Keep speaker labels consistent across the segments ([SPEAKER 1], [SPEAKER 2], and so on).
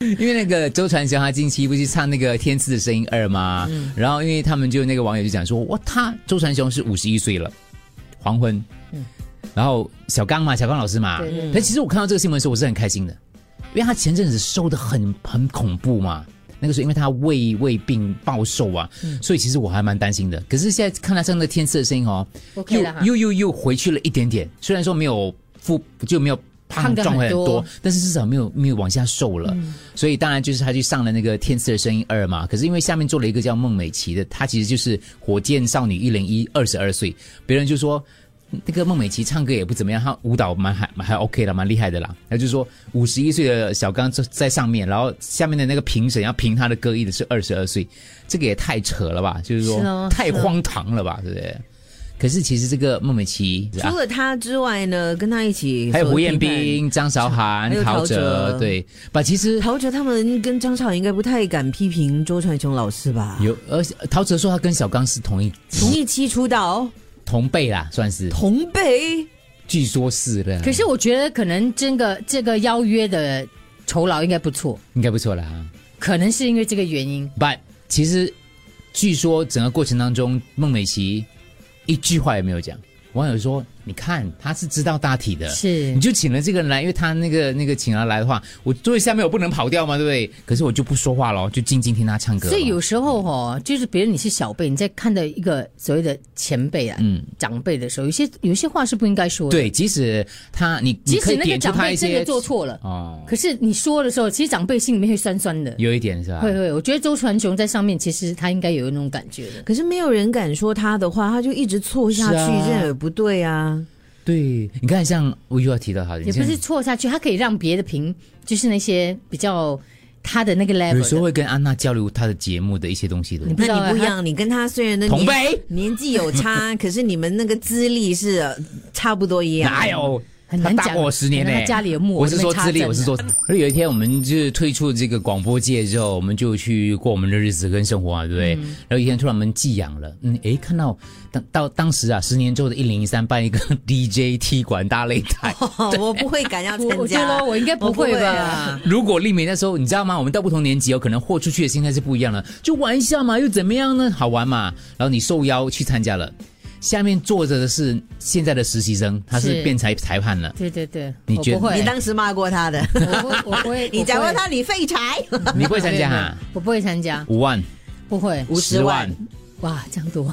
[SPEAKER 1] 因为那个周传雄他近期不是唱那个《天赐的声音二》吗？
[SPEAKER 2] 嗯
[SPEAKER 1] 然后因为他们就那个网友就讲说，哇，他周传雄是五十一岁了，黄昏。然后小刚嘛，小刚老师嘛
[SPEAKER 2] 嗯对对，嗯
[SPEAKER 1] 但其实我看到这个新闻的时候，我是很开心的，因为他前阵子瘦的很很恐怖嘛。那个时候，因为他胃胃病暴瘦啊，
[SPEAKER 2] 嗯
[SPEAKER 1] 所以其实我还蛮担心的。可是现在看他唱的《天赐的声音》哦
[SPEAKER 2] OK 了哈
[SPEAKER 1] 又又又又回去了一点点，虽然说没有复就没有胖
[SPEAKER 2] 胖得
[SPEAKER 1] 壮回很
[SPEAKER 2] 很多
[SPEAKER 1] 多，但是至少没有没有往下瘦了。所以当然就是他去上了那个《天赐的声音二》嘛。可是因为下面做了一个叫孟美岐的，她其实就是火箭少女一零一，二十二岁，别人就说。那个孟美岐唱歌也不怎么样，她舞蹈蛮还蛮还 OK 的，蛮厉害的啦。那就是说，五十一岁的小刚在在上面，然后下面的那个评审要评她的歌艺的是二十二岁，这个也太扯了吧？就是说
[SPEAKER 2] 是哦
[SPEAKER 1] 太
[SPEAKER 2] 是哦
[SPEAKER 1] 荒唐了吧，对不对？可是其实这个孟美岐啊
[SPEAKER 3] 除了他之外呢，跟他一起
[SPEAKER 1] 还有
[SPEAKER 3] 所
[SPEAKER 1] 胡
[SPEAKER 3] 谓
[SPEAKER 1] 彦
[SPEAKER 3] 批判
[SPEAKER 1] 斌、张韶涵
[SPEAKER 3] 还、有
[SPEAKER 1] 陶
[SPEAKER 3] 陶喆
[SPEAKER 1] 喆，对，把其实
[SPEAKER 3] 陶喆他们跟张韶涵应该不太敢批评周传雄老师吧？
[SPEAKER 1] 有，而且陶喆说他跟小刚是同一
[SPEAKER 3] 同一期出道，
[SPEAKER 1] 同辈啦，算是，
[SPEAKER 3] 同辈，
[SPEAKER 1] 据说是的，
[SPEAKER 2] 可是我觉得可能这个这个邀约的酬劳应该不错，
[SPEAKER 1] 应该不错啦。啊
[SPEAKER 2] 可能是因为这个原因。
[SPEAKER 1] But 其实据说整个过程当中，孟美岐一句话也没有讲。网友说：“你看，他是知道大体的，
[SPEAKER 2] 是
[SPEAKER 1] 你就请了这个人来，因为他那个那个请他来的话，我座位下面我不能跑掉嘛，对不对？可是我就不说话咯，就静静听他唱歌咯。
[SPEAKER 2] 所以有时候哦，就是别人你是小辈，你在看到一个所谓的前辈啊、
[SPEAKER 1] 嗯
[SPEAKER 2] 长辈的时候，有些有些话是不应该说的。，
[SPEAKER 1] 对，即使他你你
[SPEAKER 2] 即
[SPEAKER 1] 可
[SPEAKER 2] 使
[SPEAKER 1] 以
[SPEAKER 2] 那个
[SPEAKER 1] 点出
[SPEAKER 2] 长
[SPEAKER 1] 他
[SPEAKER 2] 辈
[SPEAKER 1] 一
[SPEAKER 2] 真
[SPEAKER 1] 些
[SPEAKER 2] 的做错了，
[SPEAKER 1] 哦，
[SPEAKER 2] 可是你说的时候，其实长辈心里面会酸酸的。
[SPEAKER 1] 有一点是吧？
[SPEAKER 2] 会会，我觉得周传雄在上面，其实他应该有那种感觉的。
[SPEAKER 3] 可是没有人敢说他的话，他就一直错下去，
[SPEAKER 1] 是啊
[SPEAKER 3] 这样也不对啊。
[SPEAKER 1] 对，你看像我又要提到他，
[SPEAKER 2] 也不是
[SPEAKER 1] 你
[SPEAKER 2] 错下去，他可以让别的评，就是那些比较他的那个
[SPEAKER 1] 像
[SPEAKER 2] level，
[SPEAKER 1] 有时候
[SPEAKER 2] 的
[SPEAKER 1] 会跟安娜交流她的节目的一些东西的。
[SPEAKER 2] 你不
[SPEAKER 3] 那
[SPEAKER 2] 知道啊
[SPEAKER 3] 你不一样，你跟他虽然的
[SPEAKER 1] 同
[SPEAKER 3] 年
[SPEAKER 1] 辈
[SPEAKER 3] 年纪 有差，可是你们那个资历是呃差不多一样。
[SPEAKER 1] 哪有？
[SPEAKER 2] 很
[SPEAKER 1] 他
[SPEAKER 2] 难讲
[SPEAKER 1] 大过我十年呢、
[SPEAKER 2] 可能他家里有木偶
[SPEAKER 1] 我是说
[SPEAKER 2] 在
[SPEAKER 1] 资
[SPEAKER 2] 那边插
[SPEAKER 1] 历，
[SPEAKER 2] 针
[SPEAKER 1] 我是说。而有一天我们就是退出这个广播界之后，我们就去过我们的日子跟生活啊，对不对？
[SPEAKER 2] 嗯
[SPEAKER 1] 然后有一天突然我们寄养了，嗯，诶，看到当到当时啊，十年之后的一零一三办一个 DJ 踢馆大擂台，
[SPEAKER 3] 哦 我不会敢要参
[SPEAKER 2] 我我觉
[SPEAKER 3] 加。
[SPEAKER 2] 得我应该不会啊吧？
[SPEAKER 3] 啊
[SPEAKER 1] 如果丽梅那时候，你知道吗？我们到不同年级，有可能豁出去的心态是不一样的，就玩一下嘛，又怎么样呢？好玩嘛。然后你受邀去参加了，下面坐着的是现在的实习生，他是
[SPEAKER 2] 是
[SPEAKER 1] 变裁裁判 了。
[SPEAKER 2] 对对对，
[SPEAKER 1] 你
[SPEAKER 2] 我
[SPEAKER 1] 觉得
[SPEAKER 2] 不会，
[SPEAKER 3] 你当时骂过 他的，
[SPEAKER 2] 我不我不 会，
[SPEAKER 3] 你讲
[SPEAKER 2] 我
[SPEAKER 3] 过
[SPEAKER 2] 不会
[SPEAKER 3] 他你废柴，
[SPEAKER 1] 你不会参加
[SPEAKER 2] 没有
[SPEAKER 1] 啊？
[SPEAKER 2] 没有我不会参加，
[SPEAKER 1] 五万、
[SPEAKER 2] 不会。
[SPEAKER 3] 五十万。
[SPEAKER 2] 哇，这样多，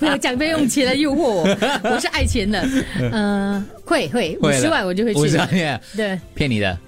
[SPEAKER 2] 没有讲被用钱来诱惑我，我是爱钱的。嗯、会会五
[SPEAKER 1] 会了
[SPEAKER 2] 十万我就会
[SPEAKER 1] 五
[SPEAKER 2] 去
[SPEAKER 1] 十
[SPEAKER 2] 的。
[SPEAKER 1] 万耶，
[SPEAKER 2] 对。
[SPEAKER 1] 骗你的。